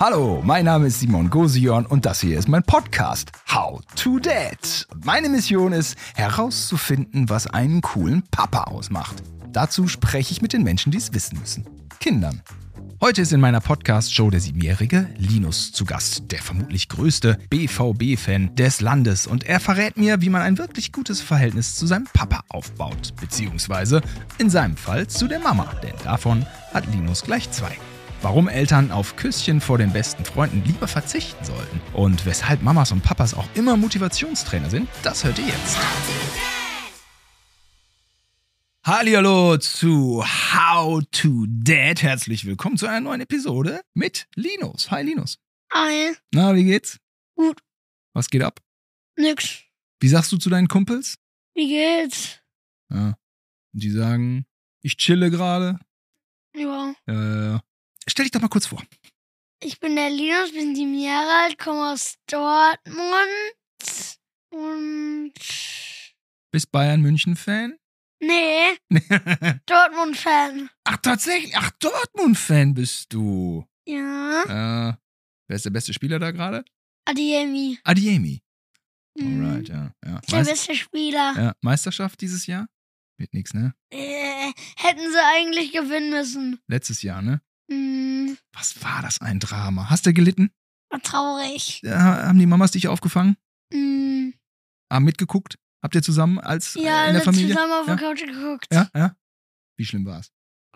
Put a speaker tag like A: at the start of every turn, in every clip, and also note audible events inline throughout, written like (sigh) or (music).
A: Hallo, mein Name ist Simon Gosion und das hier ist mein Podcast How to Dad. Und meine Mission ist herauszufinden, was einen coolen Papa ausmacht. Dazu spreche ich mit den Menschen, die es wissen müssen. Kindern. Heute ist in meiner Podcast-Show der Siebenjährige Linus zu Gast, der vermutlich größte BVB-Fan des Landes. Und er verrät mir, wie man ein wirklich gutes Verhältnis zu seinem Papa aufbaut. Beziehungsweise in seinem Fall zu der Mama, denn davon hat Linus gleich zwei. Warum Eltern auf Küsschen vor den besten Freunden lieber verzichten sollten und weshalb Mamas und Papas auch immer Motivationstrainer sind, das hört ihr jetzt. Hallihallo zu How to Dad. Herzlich willkommen zu einer neuen Episode mit Linus. Hi Linus.
B: Ei,
A: Na, wie geht's?
B: Gut.
A: Was geht ab?
B: nix.
A: Wie sagst du zu deinen Kumpels?
B: Wie geht's?
A: Ja. Die sagen, ich chille gerade.
B: Ja.
A: Äh, stell dich doch mal kurz vor.
B: Ich bin der Linus, bin sieben Jahre alt, komme aus Dortmund. Und.
A: Bist Bayern (laughs) München-Fan?
B: Nee, Dortmund-Fan.
A: Ach, tatsächlich. Ach, Dortmund-Fan bist du.
B: Ja.
A: Äh, wer ist der beste Spieler da gerade?
B: Adiemi.
A: Adiemi.
B: Mhm.
A: Alright, ja. ja.
B: Ist Der
A: Meist
B: beste Spieler.
A: ja. Meisterschaft dieses Jahr? Wird nix, ne?
B: Äh, hätten sie eigentlich gewinnen müssen.
A: Letztes Jahr, ne?
B: Hm,
A: Was war das ein Drama? Hast du gelitten?
B: war traurig.
A: Äh, haben die Mamas dich aufgefangen?
B: Hm.
A: Haben mitgeguckt? Habt ihr zusammen als
B: Ja,
A: äh, in
B: alle
A: der Familie?
B: zusammen auf
A: Ja.
B: der Couch geguckt.
A: Ja, ja. Wie schlimm war's?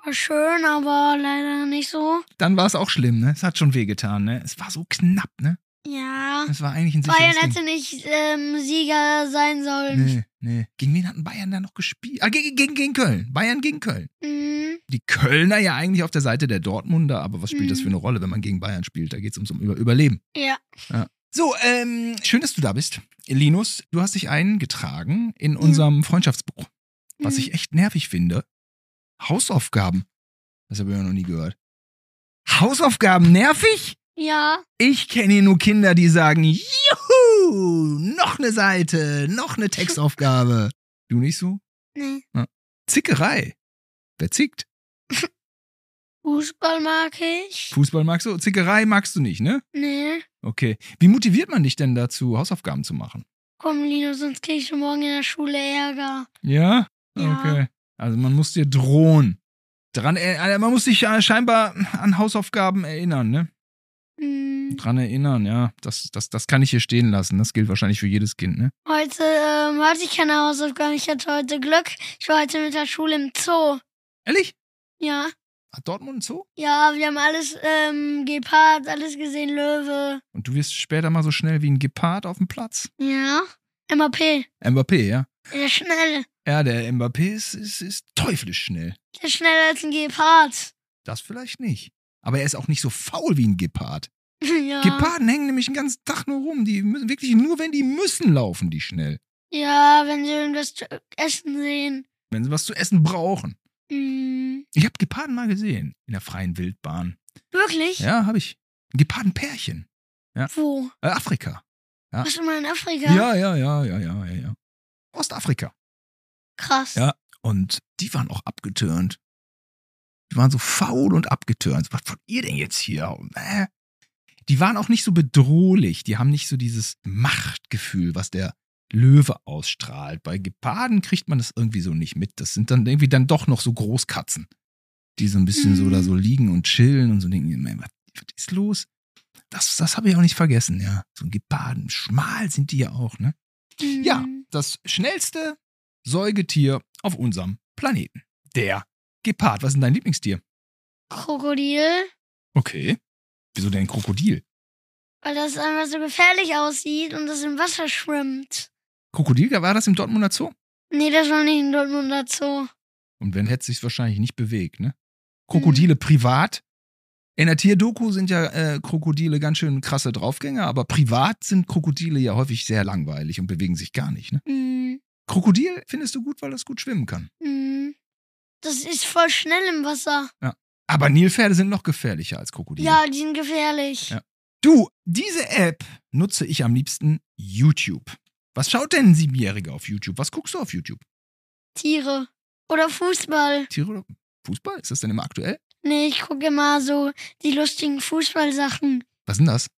B: War schön, aber leider nicht so.
A: Dann war es auch schlimm, ne? Es hat schon wehgetan, ne? Es war so knapp, ne?
B: Ja.
A: Es war eigentlich ein
B: Bayern
A: sicheres
B: hätte nicht ähm, Sieger sein sollen.
A: Ding. Nee, nee. Gegen wen hatten Bayern da noch gespielt? Ah, gegen, gegen, gegen Köln. Bayern gegen Köln.
B: Mhm.
A: die Kölner ja eigentlich auf der Seite der Dortmunder, aber was spielt das für eine Rolle, wenn man gegen Bayern spielt? Da geht es ums um Über Überleben.
B: Ja.
A: So, ähm, schön, dass du da bist. Linus, du hast dich eingetragen in unserem Freundschaftsbuch, was
B: Mhm.
A: ich echt nervig finde. Hausaufgaben. Das habe ich ja noch nie gehört. Hausaufgaben nervig?
B: Ja,
A: Ich kenne hier nur Kinder, die sagen, juhu, noch eine Seite, noch eine Textaufgabe. Du nicht so?
B: nee.
A: Zickerei. Wer zickt?
B: Fußball mag ich.
A: Fußball magst du? Zickerei magst du nicht, ne?
B: Nee.
A: Okay. Wie motiviert man dich denn dazu, Hausaufgaben zu machen?
B: Komm, Lino, sonst krieg ich schon morgen in der Schule Ärger.
A: Ja?
B: Ja.
A: Okay. Also man muss dir drohen. Dran, er- man muss sich äh, scheinbar an Hausaufgaben erinnern, ne?
B: Mhm.
A: Dran erinnern, ja. Das, das, das kann ich hier stehen lassen. Das gilt wahrscheinlich für jedes Kind, ne?
B: Heute ähm, hatte ich keine Hausaufgaben. Ich hatte heute Glück. Ich war heute mit der Schule im Zoo.
A: Ehrlich?
B: Ja.
A: Hat Dortmund einen Zoo?
B: Ja, wir haben alles, ähm, Gepard, alles gesehen, Löwe.
A: Und du wirst später mal so schnell wie ein Gepard auf dem Platz.
B: Ja. MAP.
A: Mbappé, ja?
B: Der ist schnell.
A: Ja, der Mbappé ist, ist, ist teuflisch schnell.
B: Der ist schneller als ein Gepard.
A: Das vielleicht nicht. Aber er ist auch nicht so faul wie ein Gepard.
B: (laughs) ja.
A: Geparden hängen nämlich den ganzen Tag nur rum. Die müssen wirklich nur, wenn die müssen, laufen die schnell.
B: Ja, wenn sie irgendwas zu essen sehen.
A: Wenn sie was zu essen brauchen.
B: Mhm.
A: Ich habe Geparden mal gesehen. In der freien Wildbahn.
B: Wirklich?
A: Ja, habe ich. Ein Gepardenpärchen.
B: Wo?
A: Äh, Afrika. Ja.
B: Warst du mal in Afrika?
A: Ja, ja, ja, ja, ja, ja, ja. Ostafrika.
B: Krass.
A: Ja. Und die waren auch abgetürnt. Die waren so faul und abgetürnt. Was wollt ihr denn jetzt hier? Und, äh. Die waren auch nicht so bedrohlich. Die haben nicht so dieses Machtgefühl, was der Löwe ausstrahlt. Bei Geparden kriegt man das irgendwie so nicht mit. Das sind dann irgendwie dann doch noch so Großkatzen, die so ein bisschen so
B: Mhm.
A: da so liegen und chillen und so denken, "Ey, was, was ist los? Das, das habe ich auch nicht vergessen, ja. So ein Geparden. Schmal sind die ja auch, ne?
B: Mhm.
A: Ja, das schnellste Säugetier auf unserem Planeten. Der Gepard. Was ist denn dein Lieblingstier?
B: Krokodil,
A: Okay. Wieso denn Krokodil?
B: weil das einfach so gefährlich aussieht und das im Wasser schwimmt.
A: Krokodil, war das im Dortmunder Zoo?
B: Nee, das war nicht in Dortmund dazu.
A: Und wenn, hätte es sich wahrscheinlich nicht bewegt, ne? Krokodile privat? In der Tierdoku sind ja äh, Krokodile ganz schön krasse Draufgänger, aber privat sind Krokodile ja häufig sehr langweilig und bewegen sich gar nicht, ne?
B: Mhm.
A: Krokodil findest du gut, weil das gut schwimmen kann.
B: Mhm. Das ist voll schnell im Wasser.
A: Aber Nilpferde sind noch gefährlicher als Krokodile.
B: Ja, die sind gefährlich.
A: Ja. Du, diese App nutze ich am liebsten YouTube. Was schaut denn ein Siebenjähriger auf YouTube? Was guckst du auf YouTube?
B: Tiere. Oder Fußball.
A: Tiere oder Fußball? Ist das denn immer aktuell?
B: Nee, ich gucke immer so die lustigen Fußballsachen.
A: Was ist denn das?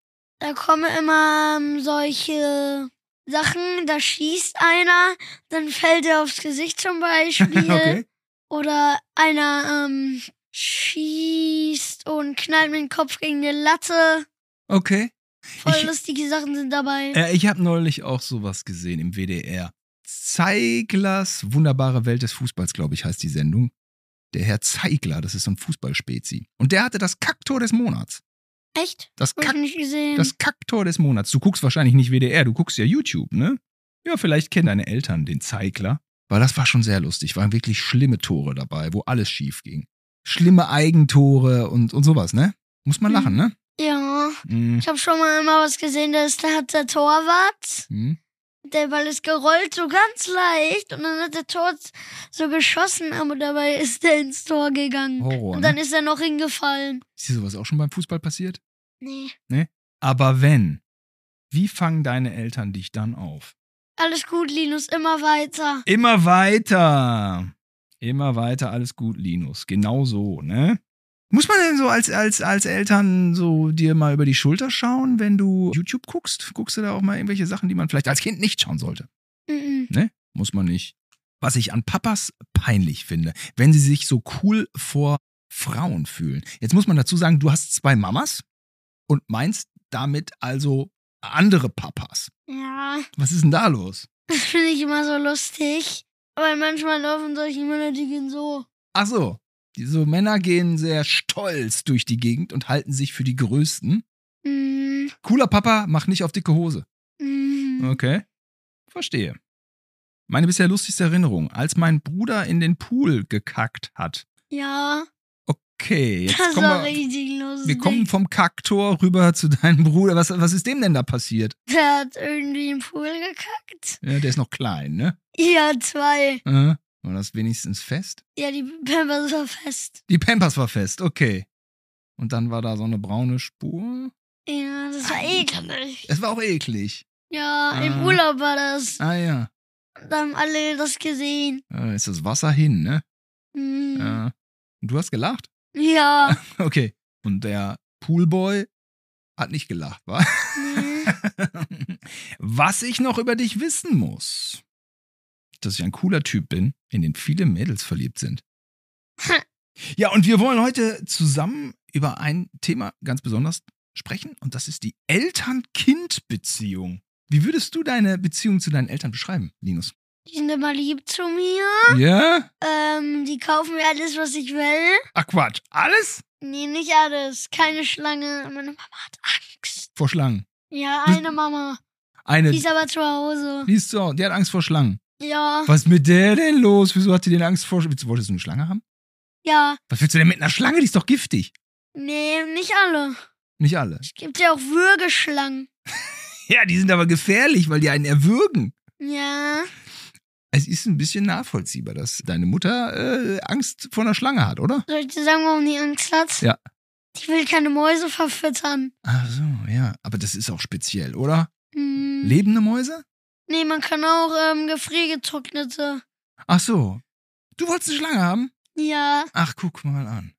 B: Da kommen immer ähm, solche Sachen, da schießt einer, dann fällt er aufs Gesicht zum Beispiel.
A: (laughs) Okay.
B: Oder einer ähm, schießt und knallt mit dem Kopf gegen eine Latte.
A: Okay.
B: Voll
A: Ich-
B: lustige Sachen sind dabei.
A: Äh, ich habe neulich auch sowas gesehen im WDR. Zeiglers Wunderbare Welt des Fußballs, glaube ich, heißt die Sendung. Der Herr Zeigler, das ist so ein Fußballspezi. Und der hatte das Kacktor des Monats.
B: Echt?
A: Das,
B: Hab ich
A: Kack,
B: nicht gesehen.
A: Äh, das Kacktor des Monats. Du guckst wahrscheinlich nicht WDR, du guckst ja YouTube, ne? Ja, vielleicht kennen deine Eltern den Zeigler. Weil das war schon sehr lustig. Waren wirklich schlimme Tore dabei, wo alles schief ging. Schlimme Eigentore und, und sowas, ne? Muss man
B: Mhm.
A: lachen, ne?
B: ja.
A: Mhm.
B: Ich habe schon mal immer was gesehen, da, ist, da hat der Torwart,
A: Mhm.
B: der Ball ist gerollt so ganz leicht und dann hat der Tor so geschossen, aber dabei ist der ins Tor gegangen.
A: Horror,
B: und dann
A: ne?
B: ist er noch hingefallen.
A: Ist dir sowas auch schon beim Fußball passiert?
B: Nee.
A: Aber wenn, wie fangen deine Eltern dich dann auf?
B: Alles gut, Linus, immer weiter.
A: Immer weiter. Immer weiter, alles gut, Linus. Genau so, ne? Muss man denn so als, als, als Eltern so dir mal über die Schulter schauen, wenn du YouTube guckst? Guckst du da auch mal irgendwelche Sachen, die man vielleicht als Kind nicht schauen sollte?
B: Mhm.
A: Muss man nicht. Was ich an Papas peinlich finde, wenn sie sich so cool vor Frauen fühlen. Jetzt muss man dazu sagen, du hast zwei Mamas und meinst damit also andere Papas.
B: Ja,
A: Was ist denn da los?
B: das finde ich immer so lustig. Weil manchmal laufen solche Männer, die gehen so.
A: Ach so, diese Männer gehen sehr stolz durch die Gegend und halten sich für die Größten.
B: Mhm.
A: Cooler Papa, mach nicht auf dicke Hose.
B: Mhm.
A: Okay. Verstehe. Meine bisher lustigste Erinnerung, als mein Bruder in den Pool gekackt hat.
B: Ja,
A: Okay, jetzt
B: das
A: kommen
B: war
A: wir,
B: richtig lustig.
A: wir kommen vom Kacktor rüber zu deinem Bruder. Was, was ist dem denn da passiert?
B: der hat irgendwie im Pool gekackt.
A: Ja, der ist noch klein, ne?
B: Ja, zwei.
A: Äh, war das wenigstens fest?
B: Ja, die Pampers war fest.
A: Die Pampers war fest, okay. Und dann war da so eine braune Spur.
B: Ja, das war eklig.
A: Es war auch eklig.
B: Ja,
A: Ah.
B: im Urlaub war das.
A: Ah ja.
B: Da haben alle das gesehen.
A: Äh, ist das Wasser hin, ne?
B: Mhm.
A: Ja. Und du hast gelacht. (laughs)
B: Ja.
A: Okay. Und der Poolboy hat nicht gelacht, wa?
B: Mhm.
A: (laughs) Was ich noch über dich wissen muss, dass ich ein cooler Typ bin, in den viele Mädels verliebt sind. Ja, und wir wollen heute zusammen über ein Thema ganz besonders sprechen und das ist die Eltern-Kind-Beziehung. Wie würdest du deine Beziehung zu deinen Eltern beschreiben, Linus?
B: Die sind immer lieb zu mir.
A: Ja?
B: Ähm, die kaufen mir alles, was ich will.
A: Ach Quatsch, alles?
B: Nee, nicht alles. Keine Schlange. Meine Mama hat Angst.
A: Vor Schlangen.
B: Ja,
A: Bist-
B: eine Mama.
A: Eine
B: Die ist aber zu Hause.
A: Die ist so, die hat Angst vor Schlangen.
B: Ja,
A: Was ist mit der denn los? Wieso hat die denn Angst vor Schlangen? Wolltest du eine Schlange haben?
B: ja.
A: Was willst du denn mit einer Schlange? Die ist doch giftig.
B: Nee, nicht alle.
A: Nicht alle.
B: Es gibt ja auch Würgeschlangen.
A: (laughs) Ja, die sind aber gefährlich, weil die einen erwürgen.
B: Ja.
A: Es ist ein bisschen nachvollziehbar, dass deine Mutter äh, Angst vor einer Schlange hat, oder?
B: Soll ich dir sagen, warum die Angst hat?
A: Ja.
B: Die will keine Mäuse verfüttern.
A: Ach so, ja. Aber das ist auch speziell, oder?
B: Hm.
A: Lebende Mäuse?
B: Nee, man kann auch ähm, gefriergetrocknete.
A: Ach so. Du wolltest eine Schlange haben?
B: Ja,
A: Ach, guck mal an.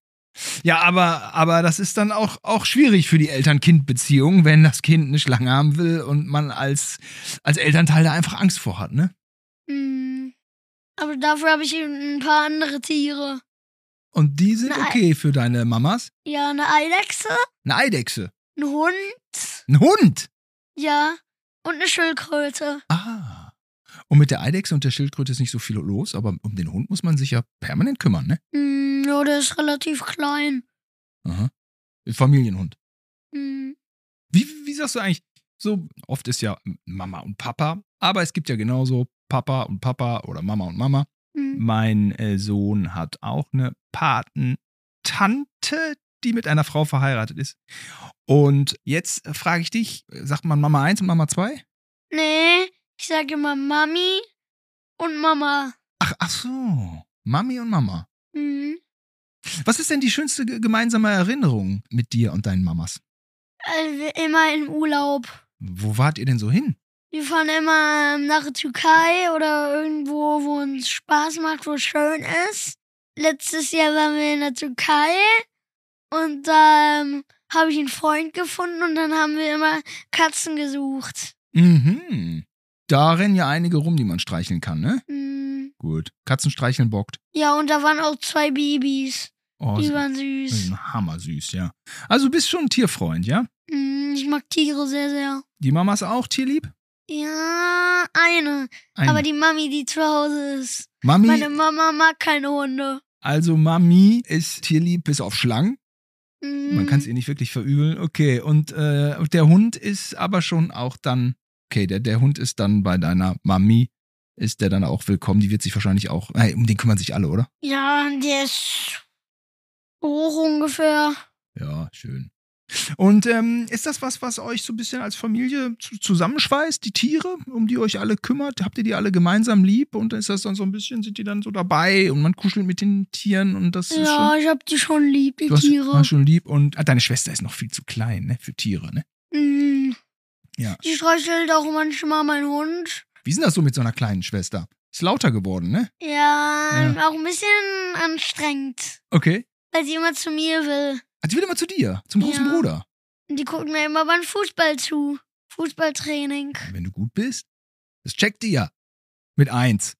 A: Ja, aber, aber das ist dann auch, auch schwierig für die Eltern-Kind-Beziehung, wenn das Kind eine Schlange haben will und man als, als Elternteil da einfach Angst vor hat, ne?
B: hm. Aber dafür habe ich eben ein paar andere Tiere.
A: Und die sind
B: Eine Ei-
A: okay für deine Mamas.
B: Ja, eine Eidechse,
A: Eine Eidechse.
B: ein Hund,
A: Ein Hund.
B: ja, und eine Schildkröte.
A: Ah. Und mit der Eidechse und der Schildkröte ist nicht so viel los, aber um den Hund muss man sich ja permanent kümmern, ne?
B: Hm, ja, der ist relativ klein.
A: Aha. Familienhund.
B: Hm.
A: Wie, wie sagst du eigentlich? So oft ist ja Mama und Papa, aber es gibt ja genauso Papa und Papa oder Mama und Mama.
B: Hm.
A: Mein äh, Sohn hat auch eine Patentante, die mit einer Frau verheiratet ist. Und jetzt äh, frage ich dich, äh, sagt man Mama 1 und Mama 2?
B: Nee, ich sage immer Mami und Mama.
A: Ach, ach so, Mami und Mama.
B: Hm.
A: Was ist denn die schönste ge- gemeinsame Erinnerung mit dir und deinen Mamas?
B: Also immer im Urlaub.
A: Wo wart ihr denn so hin?
B: Wir fahren immer ähm, nach der Türkei oder irgendwo, wo uns Spaß macht, wo es schön ist. Letztes Jahr waren wir in der Türkei Und da ähm, habe ich einen Freund gefunden und dann haben wir immer Katzen gesucht.
A: Mhm. Da rennen ja einige rum, die man streicheln kann, ne?
B: Hm.
A: Gut. Katzen streicheln bockt.
B: Ja, und da waren auch zwei Babys.
A: Oh,
B: Die
A: sie-
B: waren süß.
A: Mhm, hammer süß, ja. Also du bist schon ein Tierfreund, ja?
B: Hm, ich mag Tiere sehr, sehr.
A: Die Mama ist auch tierlieb?
B: Ja, eine.
A: Ein-
B: Aber die Mami, die zu Hause ist.
A: Mami,
B: Meine Mama mag keine Hunde.
A: also Mami ist tierlieb bis auf Schlangen.
B: Hm.
A: Man kann es ihr nicht wirklich verübeln. Okay, und äh, der Hund ist aber schon auch dann, okay, der, der Hund ist dann bei deiner Mami, ist der dann auch willkommen. Die wird sich wahrscheinlich auch, hey, um den kümmern sich alle, oder?
B: Ja, der ist hoch ungefähr.
A: Ja, schön. Und ähm, ist das was, was euch so ein bisschen als Familie zu- zusammenschweißt, die Tiere, um die ihr euch alle kümmert? Habt ihr die alle gemeinsam lieb? Und ist das dann so ein bisschen, sind die dann so dabei und man kuschelt mit den Tieren und das ist schon.
B: Ja, ich hab die schon lieb, die
A: Du hast,
B: Tiere.
A: hast schon lieb und ah, deine Schwester ist noch viel zu klein, ne? Für Tiere, ne?
B: Hm.
A: Ja.
B: Die streichelt auch manchmal meinen Hund.
A: Wie ist denn das so mit so einer kleinen Schwester? Ist lauter geworden, ne?
B: Ja, auch ein bisschen anstrengend,
A: Okay.
B: weil sie immer zu mir will.
A: Ah, die will immer zu dir, zum großen
B: Ja.
A: Bruder.
B: Und die gucken mir immer beim Fußball zu. Fußballtraining.
A: Wenn du gut bist, das checkt die ja. Mit eins.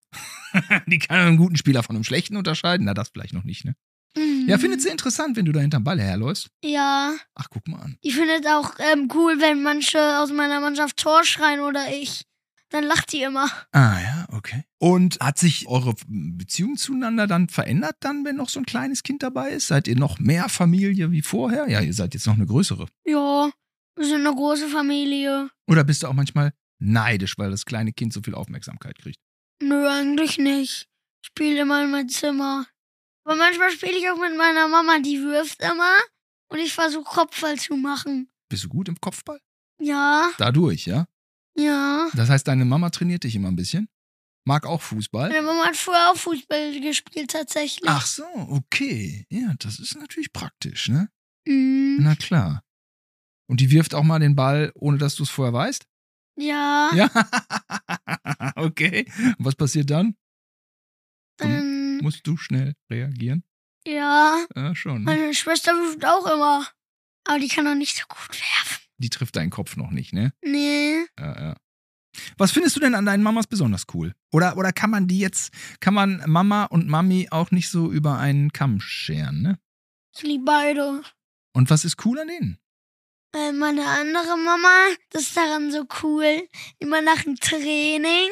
A: (laughs) die kann einen guten Spieler von einem schlechten unterscheiden. Na, das vielleicht noch nicht, ne?
B: Mhm.
A: Ja, findet sie interessant, wenn du da hinterm Ball herläufst.
B: Ja,
A: Ach, guck mal an.
B: die findet auch ähm, cool, wenn manche aus meiner Mannschaft Tor schreien oder ich. Dann lacht die immer.
A: Ah, ja, okay. Und hat sich eure Beziehung zueinander dann verändert, dann, wenn noch so ein kleines Kind dabei ist? Seid ihr noch mehr Familie wie vorher? Ja, ihr seid jetzt noch eine größere.
B: Ja, wir sind eine große Familie.
A: Oder bist du auch manchmal neidisch, weil das kleine Kind so viel Aufmerksamkeit kriegt?
B: Nö, eigentlich nicht. Ich spiele immer in mein Zimmer. Aber manchmal spiele ich auch mit meiner Mama, die wirft immer. Und ich versuche Kopfball zu machen.
A: Bist du gut im Kopfball?
B: Ja,
A: Dadurch, ja?
B: ja.
A: Das heißt, deine Mama trainiert dich immer ein bisschen? Mag auch Fußball?
B: Meine Mama hat früher auch Fußball gespielt, tatsächlich.
A: Ach so, okay. Ja, das ist natürlich praktisch, ne?
B: Mhm.
A: Na klar. Und die wirft auch mal den Ball, ohne dass du es vorher weißt?
B: Ja,
A: Ja. (laughs) okay. Und was passiert dann?
B: dann,
A: Musst du schnell reagieren?
B: Ah ja.
A: Ja, schon. Ne?
B: Meine Schwester wirft auch immer. Aber die kann doch nicht so gut werfen.
A: Die trifft deinen Kopf noch nicht, ne?
B: Nee.
A: Ja, ja. Was findest du denn an deinen Mamas besonders cool? Oder, oder kann man die jetzt, kann man Mama und Mami auch nicht so über einen Kamm scheren, ne?
B: Ich liebe beide.
A: Und was ist cool an denen?
B: Äh, meine andere Mama, das ist daran so cool, immer nach dem Training,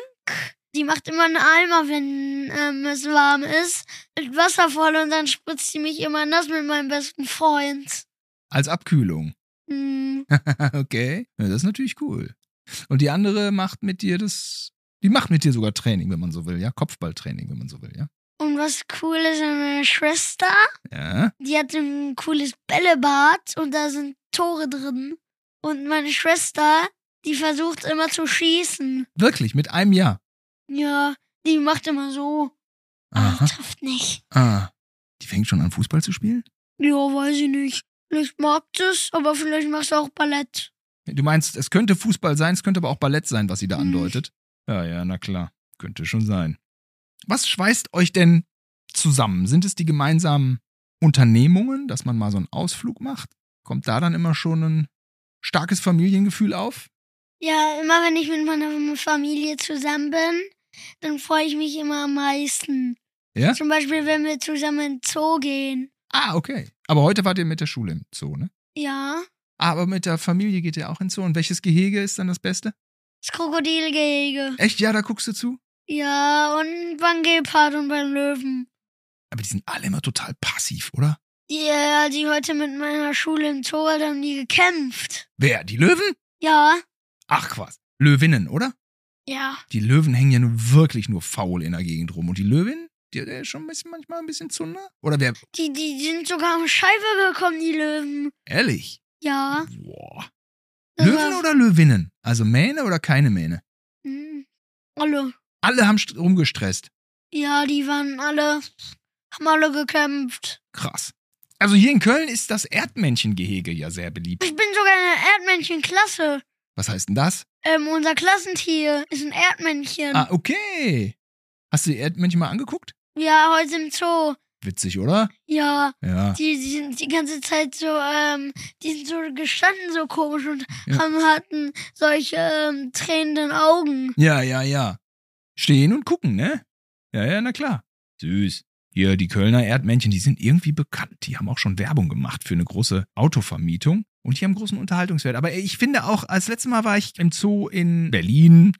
B: die macht immer einen Eimer, wenn ähm, es warm ist, mit Wasser voll und dann spritzt sie mich immer nass mit meinem besten Freund.
A: Als Abkühlung. (laughs)
B: Hm,
A: okay. Ja, das ist natürlich cool. Und die andere macht mit dir das. Die macht mit dir sogar Training, wenn man so will, ja? Kopfballtraining, wenn man so will, ja?
B: Und was cool ist an meiner Schwester,
A: Ja.
B: die hat ein cooles Bällebad und da sind Tore drin. Und meine Schwester, die versucht immer zu schießen.
A: Wirklich, mit einem Jahr.
B: Ja, die macht immer so, aber
A: Aha.
B: trifft nicht.
A: Ah. Die fängt schon an, Fußball zu spielen?
B: Ja, weiß ich nicht. Vielleicht mag es, aber vielleicht machst du auch Ballett.
A: Du meinst, es könnte Fußball sein, es könnte aber auch Ballett sein, was sie da
B: Mhm.
A: andeutet. Ja, ja, na klar. Könnte schon sein. Was schweißt euch denn zusammen? Sind es die gemeinsamen Unternehmungen, dass man mal so einen Ausflug macht? Kommt da dann immer schon ein starkes Familiengefühl auf?
B: Ja, immer wenn ich mit meiner Familie zusammen bin, dann freue ich mich immer am meisten.
A: Ja?
B: Zum Beispiel, wenn wir zusammen in den Zoo gehen.
A: Ah, okay. Aber heute wart ihr mit der Schule im Zoo, ne?
B: Ja,
A: Aber mit der Familie geht ihr auch ins Zoo. Und welches Gehege ist dann das Beste?
B: das Krokodilgehege.
A: Echt? Ja, da guckst du zu?
B: Ja, und beim Gepard und beim Löwen.
A: Aber die sind alle immer total passiv, oder?
B: Ja, die heute mit meiner Schule im Zoo waren, haben die gekämpft.
A: Wer? Die Löwen?
B: Ja,
A: Ach, was. Löwinnen, oder?
B: ja.
A: Die Löwen hängen ja nun wirklich nur faul in der Gegend rum. Und die Löwin, die der ist schon ein bisschen, manchmal ein bisschen zunder? Oder wer?
B: Die, die sind sogar am Scheibe gekommen, die Löwen.
A: Ehrlich?
B: Ja.
A: Boah.
B: das
A: Löwen
B: war-
A: oder Löwinnen? Also Mähne oder keine Mähne?
B: Hm. Alle.
A: Alle haben st- rumgestresst.
B: Ja, die waren alle, haben alle gekämpft.
A: Krass. Also hier in Köln ist das Erdmännchengehege ja sehr beliebt.
B: Ich bin sogar in der Erdmännchenklasse.
A: Was heißt denn das?
B: Ähm, unser Klassentier ist ein Erdmännchen.
A: Ah, okay. Hast du die Erdmännchen mal angeguckt?
B: Ja, heute im Zoo.
A: Witzig, oder?
B: Ja,
A: Ja.
B: die, die sind die ganze Zeit so, ähm, die sind so gestanden so komisch und
A: Ja.
B: haben, hatten solche ähm, tränenden Augen.
A: Ja, ja, ja. Stehen und gucken, ne? Ja, ja, na klar. Süß. Hier, die Kölner Erdmännchen, die sind irgendwie bekannt. Die haben auch schon Werbung gemacht für eine große Autovermietung und die haben großen Unterhaltungswert. Aber ich finde auch, als letztes Mal war ich im Zoo in Berlin,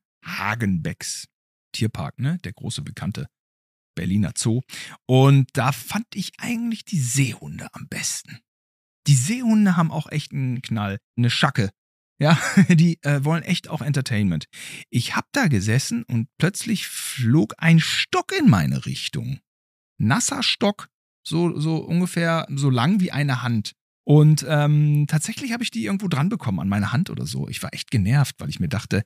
A: Hagenbecks Tierpark, ne? Der große bekannte Berliner Zoo. Und da fand ich eigentlich die Seehunde am besten. Die Seehunde haben auch echt einen Knall, eine Schacke. Ja, (laughs) die äh, wollen echt auch Entertainment. Ich hab da gesessen und plötzlich flog ein Stock in meine Richtung. Nasser Stock, so, so ungefähr so lang wie eine Hand. Und ähm, tatsächlich habe ich die irgendwo dran bekommen, an meine Hand oder so. Ich war echt genervt, weil ich mir dachte,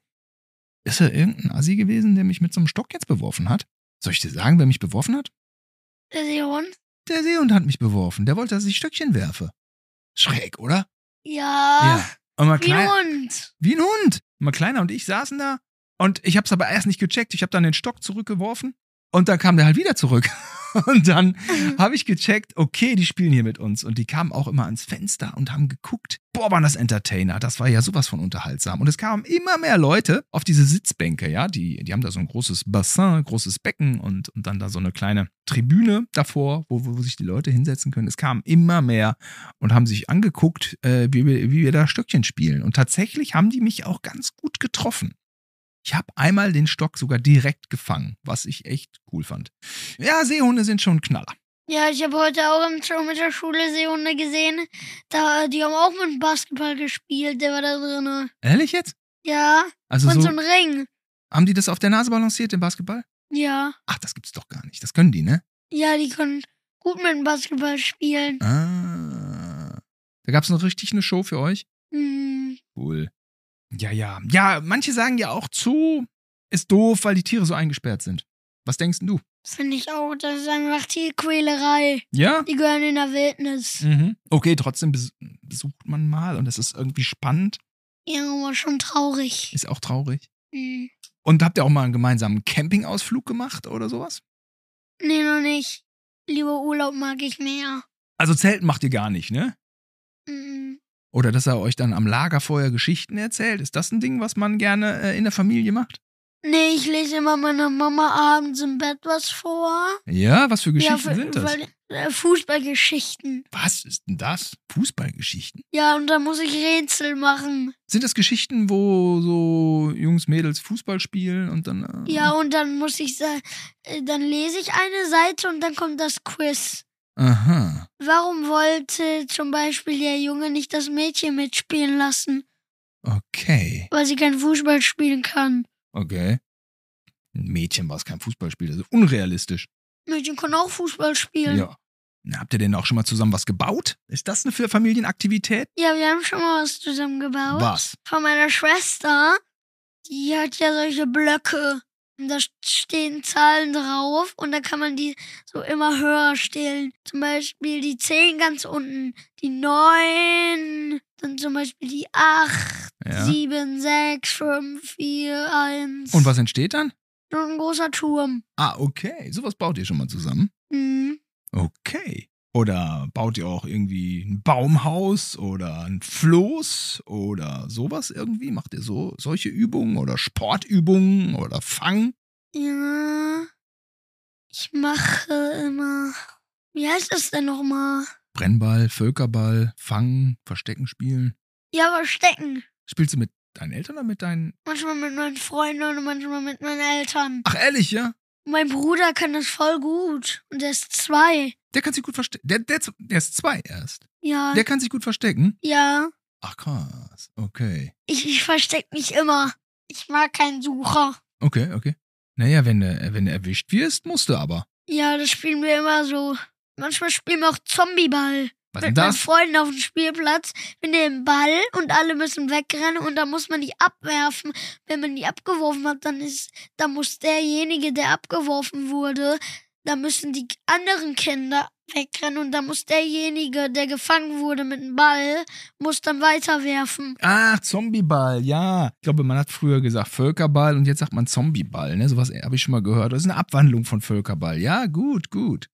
A: ist er irgendein Assi gewesen, der mich mit so einem Stock jetzt beworfen hat? Soll ich dir sagen, wer mich beworfen hat?
B: Der Seehund?
A: Der Seehund hat mich beworfen. Der wollte, dass ich Stöckchen werfe. Schräg, oder?
B: Ja.
A: Und mal
B: Wie
A: klein,
B: Hund.
A: wie ein Hund. Mal kleiner und ich saßen da und ich hab's aber erst nicht gecheckt. Ich hab dann den Stock zurückgeworfen und dann kam der halt wieder zurück. (laughs) Und dann habe ich gecheckt, okay, die spielen hier mit uns. Und die kamen auch immer ans Fenster und haben geguckt. Boah, waren das Entertainer. Das war ja sowas von unterhaltsam. Und es kamen immer mehr Leute auf diese Sitzbänke, ja. Die, die haben da so ein großes Bassin, großes Becken und, und dann da so eine kleine Tribüne davor, wo, wo, wo sich die Leute hinsetzen können. Es kamen immer mehr und haben sich angeguckt, äh, wie, wir, wie wir da Stöckchen spielen. Und tatsächlich haben die mich auch ganz gut getroffen. Ich habe einmal den Stock sogar direkt gefangen, was ich echt cool fand. Ja, Seehunde sind schon ein Knaller.
B: Ja, ich habe heute auch im Zoo mit der Schule Seehunde gesehen. Da, die haben auch mit dem Basketball gespielt, der war da drinne.
A: Ehrlich jetzt?
B: Ja,
A: Also
B: und
A: so,
B: so ein Ring.
A: haben die das auf der Nase balanciert, den Basketball?
B: Ja.
A: Ach, das gibt's doch gar nicht. Das können die, ne?
B: Ja, die können gut mit dem Basketball spielen.
A: Ah. Da gab's noch richtig eine Show für euch?
B: Hm.
A: Cool. Ja, ja. Ja, manche sagen ja auch, Zoo ist doof, weil die Tiere so eingesperrt sind. Was denkst denn du?
B: Finde ich auch, das ist einfach Tierquälerei.
A: Ja?
B: Die gehören in der Wildnis.
A: Mhm. Okay, trotzdem bes- besucht man mal und das ist irgendwie spannend,
B: Ja, aber schon traurig.
A: ist auch traurig.
B: Hm.
A: Und habt ihr auch mal einen gemeinsamen Campingausflug gemacht oder sowas?
B: Nee, noch nicht. Lieber Urlaub mag ich mehr.
A: Also Zelten macht ihr gar nicht, ne?
B: Hm.
A: Oder dass er euch dann am Lagerfeuer Geschichten erzählt. Ist das ein Ding, was man gerne äh, in der Familie macht?
B: Nee, ich lese immer meiner Mama abends im Bett was vor.
A: Ja, was für Geschichten
B: ja,
A: sind das?
B: weil- äh, Fußballgeschichten.
A: Was ist denn das? Fußballgeschichten?
B: Ja, und da muss ich Rätsel machen.
A: Sind das Geschichten, wo so Jungs, Mädels Fußball spielen und dann. Äh,
B: Ja, und dann muss ich sa- äh, dann lese ich eine Seite und dann kommt das Quiz.
A: Aha.
B: Warum wollte zum Beispiel der Junge nicht das Mädchen mitspielen lassen,
A: Okay.
B: weil sie kein Fußball spielen kann?
A: Okay. Ein Mädchen, was kein Fußball spielt, also unrealistisch.
B: Mädchen können auch Fußball spielen.
A: Ja. Na, habt ihr denn auch schon mal zusammen was gebaut? Ist das eine für Familienaktivität?
B: Ja, wir haben schon mal was zusammengebaut.
A: Was?
B: Von meiner Schwester. Die hat ja solche Blöcke. Und da stehen Zahlen drauf und da kann man die so immer höher stellen. Zum Beispiel die 10 ganz unten, die 9, dann zum Beispiel die 8,
A: Ja.
B: 7, 6, 5, 4, 1.
A: Und was entsteht dann?
B: So ein großer Turm.
A: Ah, okay. Sowas baut ihr schon mal zusammen.
B: Mhm.
A: Okay. Oder baut ihr auch irgendwie ein Baumhaus oder ein Floß oder sowas irgendwie? Macht ihr so solche Übungen oder Sportübungen oder Fang?
B: Ja. Ich mache immer. Wie heißt das denn nochmal?
A: Brennball, Völkerball, Fang, Verstecken spielen?
B: Ja, verstecken.
A: Spielst du mit deinen Eltern oder mit deinen.
B: Manchmal mit meinen Freunden und manchmal mit meinen Eltern.
A: Ach, ehrlich, ja?
B: Mein Bruder kann das voll gut. Und er ist zwei.
A: Der kann sich gut verstecken. Der, der, der ist zwei erst.
B: Ja.
A: Der kann sich gut verstecken.
B: ja.
A: Ach, krass. Okay.
B: Ich, ich versteck mich immer. Ich mag keinen Sucher.
A: Okay, okay. Naja, wenn du, wenn du erwischt wirst, musst du aber.
B: Ja, das spielen wir immer so. Manchmal spielen wir auch Zombieball.
A: Was denn
B: Mit meinen
A: Also das?
B: Freunden auf dem Spielplatz. Wir nehmen Ball und alle müssen wegrennen und dann muss man die abwerfen. Wenn man die abgeworfen hat, dann ist, dann muss derjenige, der abgeworfen wurde, da müssen die anderen Kinder wegrennen und dann muss derjenige, der gefangen wurde mit dem Ball, muss dann weiterwerfen.
A: Ach, Ah, Zombieball, ja. Ich glaube, man hat früher gesagt Völkerball und jetzt äh, sagt man Zombieball, ne? Sowas habe ich schon mal gehört. Das ist eine Abwandlung von Völkerball. Ja, gut, gut.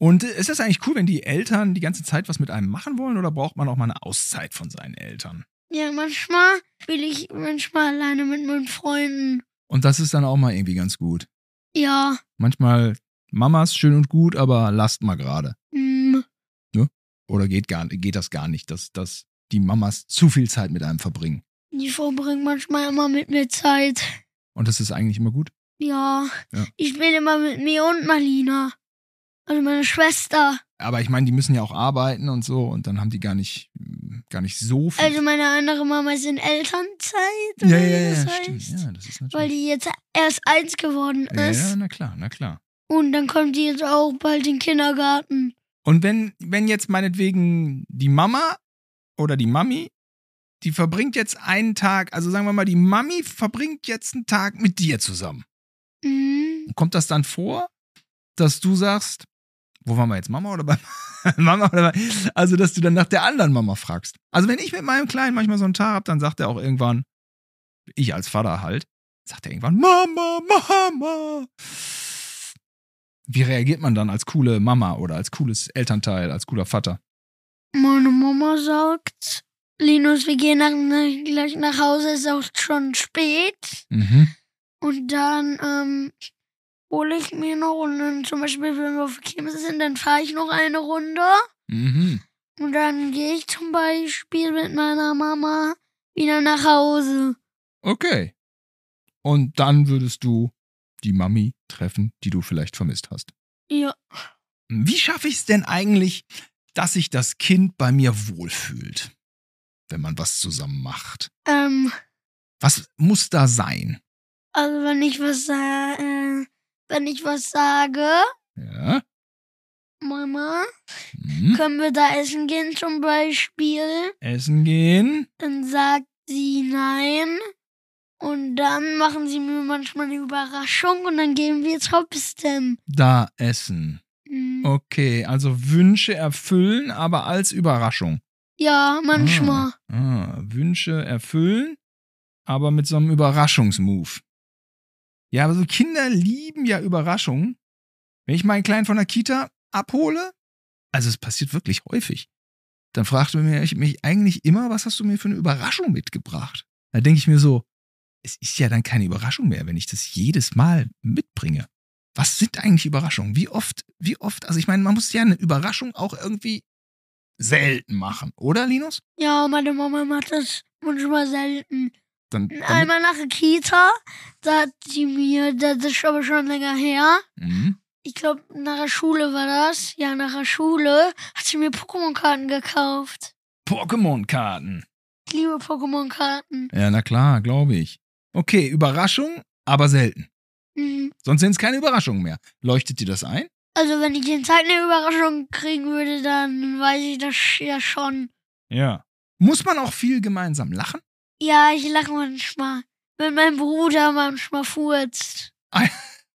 A: Und ist das eigentlich cool, wenn die Eltern die ganze Zeit was mit einem machen wollen oder braucht man auch mal eine Auszeit von seinen Eltern?
B: Ja, manchmal spiele ich manchmal alleine mit meinen Freunden.
A: Und das ist dann auch mal irgendwie ganz gut.
B: Ja,
A: Manchmal Mamas schön und gut, aber lasst mal gerade.
B: hm,
A: Oder geht, gar, geht das gar nicht, dass, dass die Mamas zu viel Zeit mit einem verbringen.
B: die verbringen manchmal immer mit mir Zeit.
A: Und das ist eigentlich immer gut.
B: Ja,
A: Ja.
B: ich spiele immer mit mir und Marlina. Also meine Schwester.
A: Aber ich meine, die müssen ja auch arbeiten und so und dann haben die gar nicht, gar nicht so viel.
B: Also meine andere Mama ist in Elternzeit.
A: ja,
B: oder
A: ja,
B: wie
A: ja,
B: das
A: stimmt.
B: heißt.
A: Ja, das ist natürlich.
B: Weil die jetzt erst eins geworden
A: ja,
B: ist.
A: ja, na klar, na klar.
B: Und dann kommt die jetzt auch bald in den Kindergarten.
A: Und wenn, wenn jetzt meinetwegen die Mama oder die Mami, die verbringt jetzt einen Tag, also sagen wir mal, die Mami verbringt jetzt einen Tag mit dir zusammen.
B: Mhm.
A: Kommt das dann vor, dass du sagst, wo waren wir jetzt, Mama oder bei (laughs) Mama oder bei, also dass du dann nach der anderen Mama fragst. Also wenn ich mit meinem Kleinen manchmal so einen Tag hab, dann sagt er auch irgendwann, ich als Vater halt, sagt er irgendwann, Mama, Mama. Wie reagiert man dann als coole Mama oder als cooles Elternteil, als cooler Vater?
B: Meine Mama sagt, Linus, wir gehen nach, nach, gleich nach Hause, ist auch schon spät.
A: Mhm.
B: Und dann ähm, hole ich mir noch und dann zum Beispiel, wenn wir auf Kirmes sind, dann fahre ich noch eine Runde.
A: Mhm.
B: Und dann gehe ich zum Beispiel mit meiner Mama wieder nach Hause.
A: Okay. Und dann würdest du die Mami treffen, die du vielleicht vermisst hast.
B: Ja.
A: Wie schaffe ich es denn eigentlich, dass sich das Kind bei mir wohlfühlt, wenn man was zusammen macht?
B: Ähm,
A: Was muss da sein?
B: also wenn ich was sa- äh, wenn ich was sage,
A: Ja.
B: Mama,
A: Hm.
B: können wir da essen gehen zum Beispiel?
A: Essen gehen.
B: Dann sagt sie nein. Und dann machen sie mir manchmal eine Überraschung und dann gehen wir trotzdem.
A: Da essen.
B: Hm.
A: Oh. Okay, also Wünsche erfüllen, aber als Überraschung.
B: Ja, manchmal.
A: Ah, Wünsche erfüllen, aber mit so einem Überraschungsmove. Ja, aber so Kinder lieben ja Überraschungen. Wenn ich meinen Kleinen von der Kita abhole, also es passiert wirklich häufig, dann fragt er mich, mich eigentlich immer, was hast du mir für eine Überraschung mitgebracht? Da denke ich mir so, es ist ja dann keine Überraschung mehr, wenn ich das jedes Mal mitbringe. Was sind eigentlich Überraschungen? Wie oft, wie oft, also ich meine, man muss ja eine Überraschung auch irgendwie selten machen, oder Linus?
B: Ja, meine Mama macht das manchmal selten.
A: Dann, damit,
B: Einmal nach der Kita, da hat sie mir, das ist aber schon länger her.
A: Mhm.
B: Ich glaube, nach der Schule war das. Ja, nach der Schule hat sie mir Pokémon-Karten gekauft.
A: Pokémon-Karten.
B: Ich liebe Pokémon-Karten.
A: Ja, na klar, glaube ich. Okay, Überraschung, aber selten.
B: Mhm.
A: Sonst sind es keine Überraschungen mehr. Leuchtet dir das ein?
B: Also, wenn ich jeden Tag eine Überraschung kriegen würde, dann weiß ich das ja schon.
A: Ja. Muss man auch viel gemeinsam lachen?
B: Ja, ich lache manchmal. Wenn mein Bruder manchmal furzt,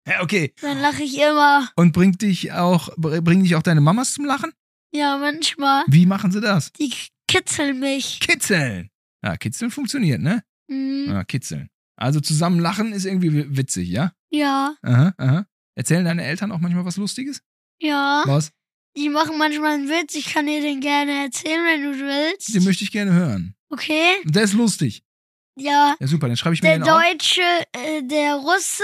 A: Ja, okay.
B: dann lache ich immer.
A: Und bringt dich auch, br- bringen dich auch deine Mamas zum Lachen?
B: Ja, manchmal.
A: Wie machen sie das?
B: Die kitzeln mich.
A: Kitzeln. Ja, kitzeln funktioniert, ne?
B: Mhm.
A: Ja, kitzeln. Also zusammen lachen ist irgendwie wi- witzig, ja?
B: Ja,
A: Aha, aha. Erzählen deine Eltern auch manchmal was Lustiges?
B: ja.
A: Was?
B: Die machen manchmal einen Witz. Ich kann dir den gerne erzählen, wenn du willst.
A: Den möchte ich gerne hören.
B: Okay?
A: Der ist lustig.
B: Ja.
A: Ja, super, dann schreibe ich mir
B: Der
A: den auf.
B: Deutsche, äh, der Russe,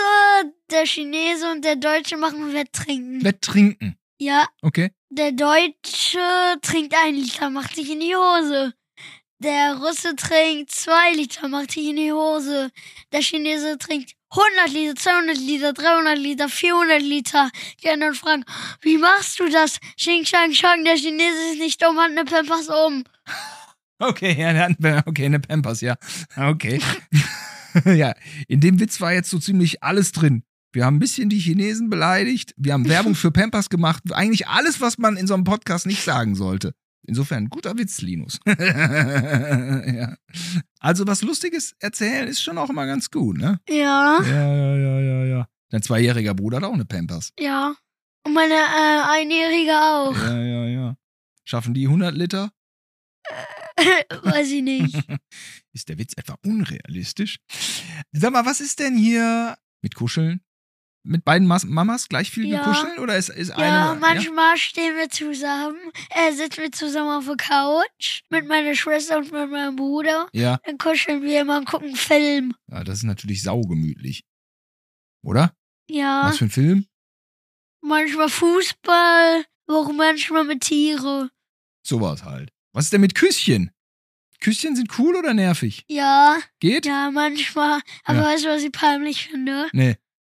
B: der Chinese und der Deutsche machen Wetttrinken.
A: Wetttrinken.
B: ja,
A: Okay.
B: der Deutsche trinkt ein Liter, macht sich in die Hose. Der Russe trinkt zwei Liter, macht sich in die Hose. Der Chinese trinkt 100 Liter, 200 Liter, 300 Liter, 400 Liter. Die anderen fragen, wie machst du das? Xing, Shang, Shang, der Chinese ist nicht dumm, hat eine Pampers um.
A: Okay, ja, der hat, okay, eine Pampers, ja. Okay. (laughs) ja, in dem Witz war jetzt so ziemlich alles drin. Wir haben ein bisschen die Chinesen beleidigt, wir haben Werbung für Pampers gemacht, eigentlich alles, was man in so einem Podcast nicht sagen sollte. Insofern, guter Witz, Linus. (laughs) ja. Also was Lustiges erzählen ist schon auch immer ganz gut, ne?
B: Ja.
A: Ja, ja, ja, ja, ja. Dein zweijähriger Bruder hat auch eine Pampers.
B: Ja. Und meine äh, Einjährige auch. (laughs)
A: Ja, ja, ja. Schaffen die 100 Liter?
B: Weiß
A: (laughs)
B: ich nicht.
A: Ist der Witz etwa unrealistisch? Sag mal, was ist denn hier mit Kuscheln, mit beiden Mas Mamas gleich viel
B: Ja.
A: gekuschelt? Oder ist, ist
B: Ja,
A: eine.
B: manchmal stehen wir zusammen, äh, sitzen wir zusammen auf der Couch mit meiner Schwester und mit meinem Bruder.
A: ja?
B: Dann kuscheln wir immer und gucken Film.
A: ja, das ist natürlich saugemütlich. Oder?
B: Ja,
A: Was für ein Film?
B: manchmal Fußball, auch manchmal mit Tiere.
A: Sowas halt. Was ist denn mit Küsschen? Küsschen sind cool oder nervig?
B: Ja,
A: Geht?
B: ja, manchmal. Aber
A: Ja.
B: weißt du, was ich peinlich finde?
A: Nee.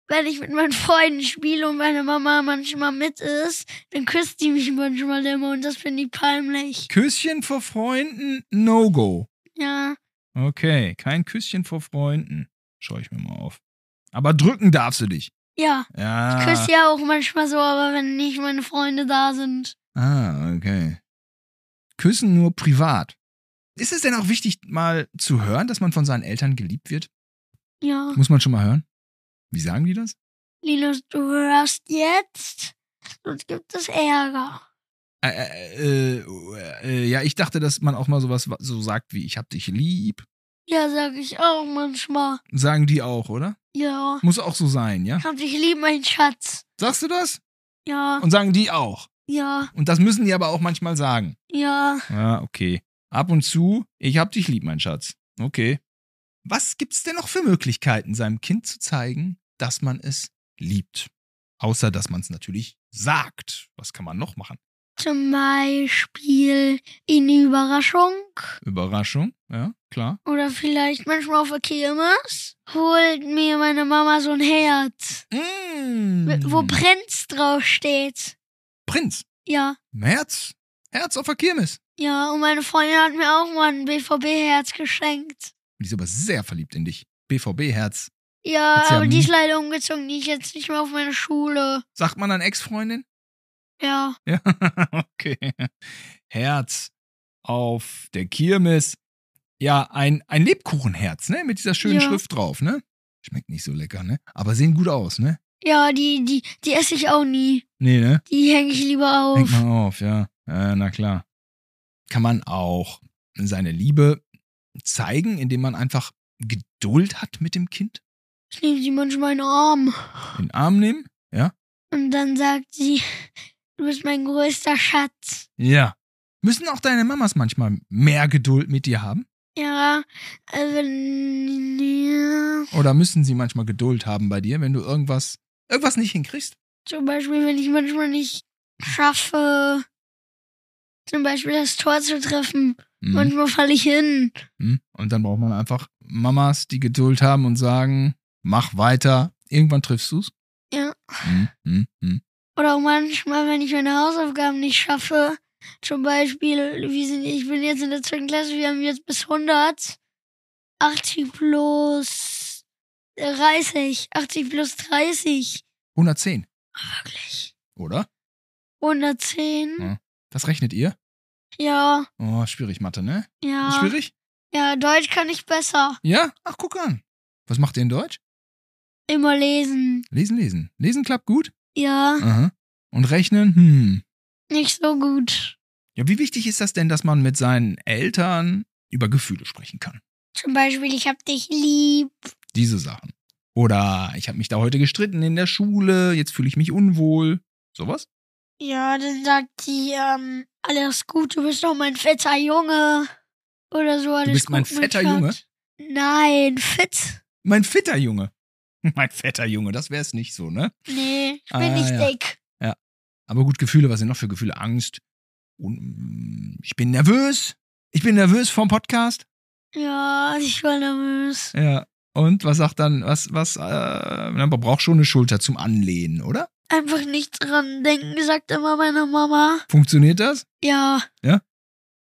B: Wenn ich mit meinen Freunden spiele und meine Mama manchmal mit ist, dann küsst die mich manchmal immer und das finde ich peinlich.
A: Küsschen vor Freunden? No-Go.
B: Ja,
A: Okay, kein Küsschen vor Freunden. Schau ich mir mal auf. Aber drücken darfst du dich.
B: ja.
A: Ja.
B: Ich küsse ja auch manchmal so, aber wenn nicht meine Freunde da sind.
A: Ah, okay. Küssen nur privat. Ist es denn auch wichtig, mal zu hören, dass man von seinen Eltern geliebt wird?
B: Ja.
A: Muss man schon mal hören? Wie sagen die das?
B: Linus, du hörst jetzt. Sonst gibt es Ärger.
A: Äh, äh, äh, äh, ja, ich dachte, dass man auch mal sowas wa- so sagt wie ich hab dich lieb.
B: Ja, sag ich auch manchmal.
A: Sagen die auch, oder?
B: Ja.
A: Muss auch so sein, ja?
B: Ich hab dich lieb, mein Schatz.
A: Sagst du das?
B: Ja,
A: Und sagen die auch.
B: ja,
A: Und das müssen die aber auch manchmal sagen.
B: ja.
A: Ja, okay. Ab und zu, ich hab dich lieb, mein Schatz. Okay. Was gibt's denn noch für Möglichkeiten, seinem Kind zu zeigen, dass man es liebt? Außer, dass man es natürlich sagt. Was kann man noch machen?
B: Zum Beispiel in die Überraschung.
A: Überraschung, ja, klar.
B: Oder vielleicht manchmal auf der Kirmes. Holt mir meine Mama so ein Herz.
A: Mm.
B: Wo Prinz drauf steht.
A: Prinz.
B: Ja,
A: Herz. Herz auf der Kirmes.
B: ja. Und meine Freundin hat mir auch mal ein BVB-Herz geschenkt.
A: Die ist aber sehr verliebt in dich. BVB-Herz.
B: Ja,
A: Hat's ja
B: aber die
A: nie-
B: ist leider umgezogen. Die ist jetzt nicht mehr auf meine Schule.
A: Sagt man an Ex-Freundin?
B: Ja,
A: (laughs) Ja, okay. Herz auf der Kirmes. Ja, ein, ein Lebkuchenherz, ne? Mit dieser schönen
B: Ja.
A: Schrift drauf, ne? Schmeckt nicht so lecker, ne? Aber sehen gut aus, ne?
B: ja, die, die, die esse ich auch nie.
A: Nee, ne?
B: Die hänge ich lieber
A: Hängt
B: auf.
A: man auf, ja. ja. Na klar. Kann man auch seine Liebe zeigen, indem man einfach Geduld hat mit dem Kind?
B: Ich nehme sie manchmal in den Arm.
A: In den Arm nehmen?
B: Und dann sagt sie, du bist mein größter Schatz.
A: Ja. Müssen auch deine Mamas manchmal mehr Geduld mit dir haben?
B: Ja, äh, wenn, ja,
A: Oder müssen sie manchmal Geduld haben bei dir, wenn du irgendwas, irgendwas nicht hinkriegst?
B: zum Beispiel, wenn ich manchmal nicht schaffe, zum Beispiel das Tor zu treffen.
A: Mhm.
B: Manchmal falle ich hin.
A: Hm? Und dann braucht man einfach Mamas, die Geduld haben und sagen, mach weiter, irgendwann triffst du's.
B: Ja.
A: Hm, hm, hm.
B: Oder auch manchmal, wenn ich meine Hausaufgaben nicht schaffe. Zum Beispiel, wie sind, ich bin jetzt in der zweiten Klasse, wir haben jetzt bis 100. 80 plus 30. 80 plus 30.
A: 110,
B: Wirklich.
A: oder?
B: 110.
A: Was rechnet ihr?
B: Ja,
A: Oh, schwierig Mathe, ne? Ist
B: ja.
A: schwierig?
B: Ja, Deutsch kann ich besser.
A: Ja? Ach, guck an. Was macht ihr in Deutsch?
B: Immer lesen.
A: Lesen, lesen. Lesen klappt gut.
B: Ja,
A: Aha. Und rechnen? Hm.
B: nicht so gut.
A: Ja, wie wichtig ist das denn, dass man mit seinen Eltern über Gefühle sprechen kann?
B: Zum Beispiel, ich hab dich lieb.
A: Diese Sachen. Oder ich habe mich da heute gestritten in der Schule, jetzt fühle ich mich unwohl. Sowas?
B: Ja, dann sagt sie, ähm, alles gut, du bist doch mein fetter Junge. Oder so, alles
A: bist
B: gut,
A: mein fetter
B: Schatz.
A: Junge?
B: Nein, fit?
A: Mein fitter Junge. (laughs) Mein fetter Junge, das wäre es nicht so, ne?
B: Nee, ich bin
A: Ah,
B: nicht
A: ja.
B: dick.
A: Aber gut, Gefühle, was sind noch für Gefühle? Angst. Und, mm, ich bin nervös. Ich bin nervös vom Podcast.
B: Ja, ich war nervös.
A: Ja. Und was sagt dann, was, was, äh, man braucht schon eine Schulter zum Anlehnen, oder?
B: Einfach nicht dran denken, sagt immer meine Mama.
A: Funktioniert das?
B: Ja,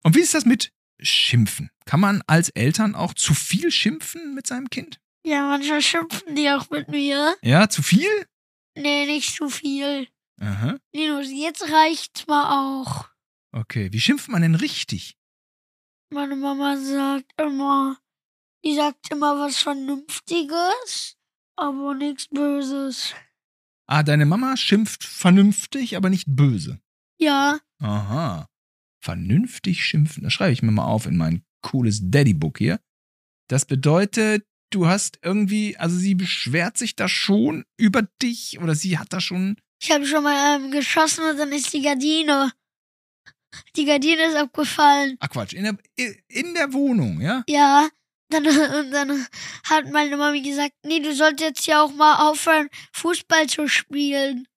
A: Und wie ist das mit Schimpfen? Kann man als Eltern auch zu viel schimpfen mit seinem Kind?
B: ja, manchmal schimpfen die auch mit mir.
A: Ja, zu viel?
B: Nee, nicht zu viel.
A: Aha.
B: Linus, jetzt reicht's mal auch.
A: Okay. Wie schimpft man denn richtig?
B: Meine Mama sagt immer, die sagt immer was Vernünftiges, aber nichts Böses.
A: Ah, deine Mama schimpft vernünftig, aber nicht böse.
B: Ja,
A: Aha. Vernünftig schimpfen. Das schreibe ich mir mal auf in mein cooles Daddy-Book hier. Das bedeutet, du hast irgendwie, also sie beschwert sich da schon über dich oder sie hat da schon.
B: Ich habe schon mal ähm, geschossen und dann ist die Gardine. Die Gardine ist abgefallen.
A: Ach Quatsch, in der, in der Wohnung, ja?
B: Ja. Dann, (laughs) und dann hat meine Mami gesagt, nee, du solltest jetzt hier auch mal aufhören, Fußball zu spielen.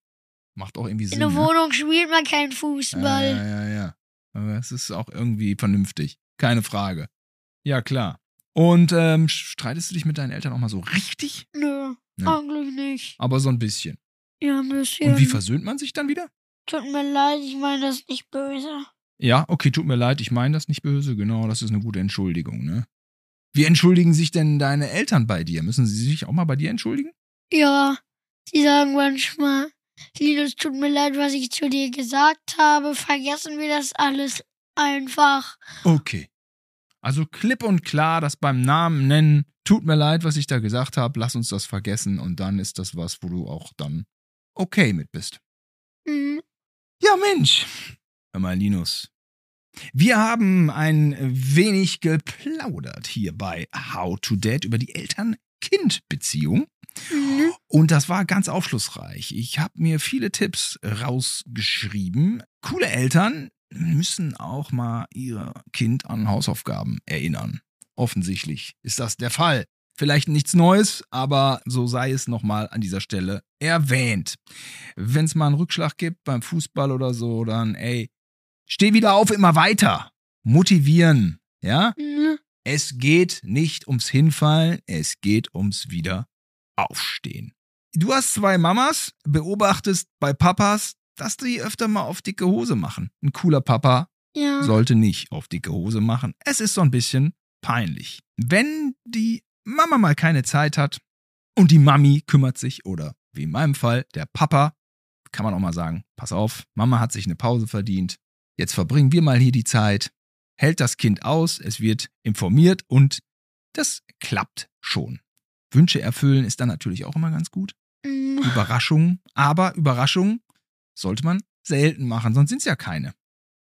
A: Macht auch irgendwie
B: In
A: Sinn.
B: der
A: ne?
B: Wohnung spielt man keinen
A: Ja,
B: Fußball.
A: ja, ja, ja. Aber es ist auch irgendwie vernünftig. Keine Frage. Ja, klar. Und ähm, streitest du dich mit deinen Eltern auch mal so richtig?
B: Nö,
A: Nö.
B: eigentlich nicht.
A: Aber so ein bisschen.
B: Ja, ein bisschen.
A: Und wie versöhnt man sich dann wieder?
B: Tut mir leid, ich meine das ist nicht böse.
A: Ja, okay, tut mir leid, ich meine das nicht böse. Genau, das ist eine gute Entschuldigung, ne? Wie entschuldigen sich denn deine Eltern bei dir? Müssen sie sich auch mal bei dir entschuldigen?
B: Ja, die sagen manchmal, Linus, tut mir leid, was ich zu dir gesagt habe. Vergessen wir das alles einfach.
A: Okay. Also klipp und klar, das beim Namen nennen. Tut mir leid, was ich da gesagt habe. Lass uns das vergessen und dann ist das was, wo du auch dann okay mit bist.
B: Hm.
A: Ja, Mensch. Hör mal, Linus. Wir haben ein wenig geplaudert hier bei How to Dad über die Eltern-Kind-Beziehung.
B: Hm.
A: Und das war ganz aufschlussreich. Ich habe mir viele Tipps rausgeschrieben. Coole Eltern müssen auch mal ihr Kind an Hausaufgaben erinnern. Offensichtlich ist das der Fall. Vielleicht nichts Neues, aber so sei es nochmal an dieser Stelle erwähnt. Wenn es mal einen Rückschlag gibt beim Fußball oder so, dann ey, steh wieder auf, immer weiter. Motivieren, ja?
B: Hm.
A: Es geht nicht ums Hinfallen, es geht ums wieder aufstehen. Du hast zwei Mamas, beobachtest bei Papas, dass die öfter mal auf dicke Hose machen. Ein cooler Papa
B: Ja.
A: sollte nicht auf dicke Hose machen. Es ist so ein bisschen peinlich. Wenn die Mama mal keine Zeit hat und die Mami kümmert sich oder wie in meinem Fall der Papa, kann man auch mal sagen, pass auf, Mama hat sich eine Pause verdient. Jetzt verbringen wir mal hier die Zeit. Hält das Kind aus, es wird informiert und das klappt schon. Wünsche erfüllen ist dann natürlich auch immer ganz gut.
B: Hm.
A: Überraschungen, aber Überraschungen sollte man selten machen, sonst sind es ja keine.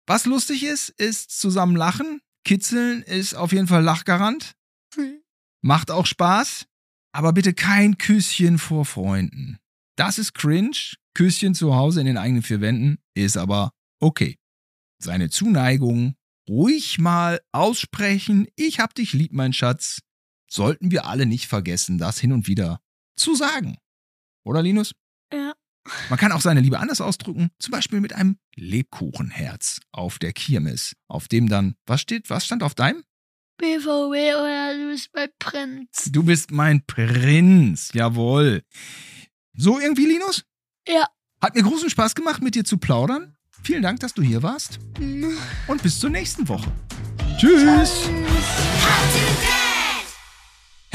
A: Was lustig ist, ist zusammen lachen. Kitzeln ist auf jeden Fall Lachgarant.
B: Hm.
A: Macht auch Spaß, aber bitte kein Küsschen vor Freunden. Das ist cringe. Küsschen zu Hause in den eigenen vier Wänden ist aber okay. Seine Zuneigung ruhig mal aussprechen. Ich hab dich lieb, mein Schatz. Sollten wir alle nicht vergessen, das hin und wieder zu sagen. Oder Linus?
B: Ja.
A: Man kann auch seine Liebe anders ausdrücken, zum Beispiel mit einem Lebkuchenherz auf der Kirmes, auf dem dann, was steht, was stand auf deinem?
B: BVB oder du bist bei Prinz.
A: Du bist mein Prinz, jawohl. So irgendwie, Linus?
B: Ja.
A: Hat mir großen Spaß gemacht, mit dir zu plaudern. Vielen Dank, dass du hier warst
B: Hm.
A: und bis zur nächsten Woche. Tschüss.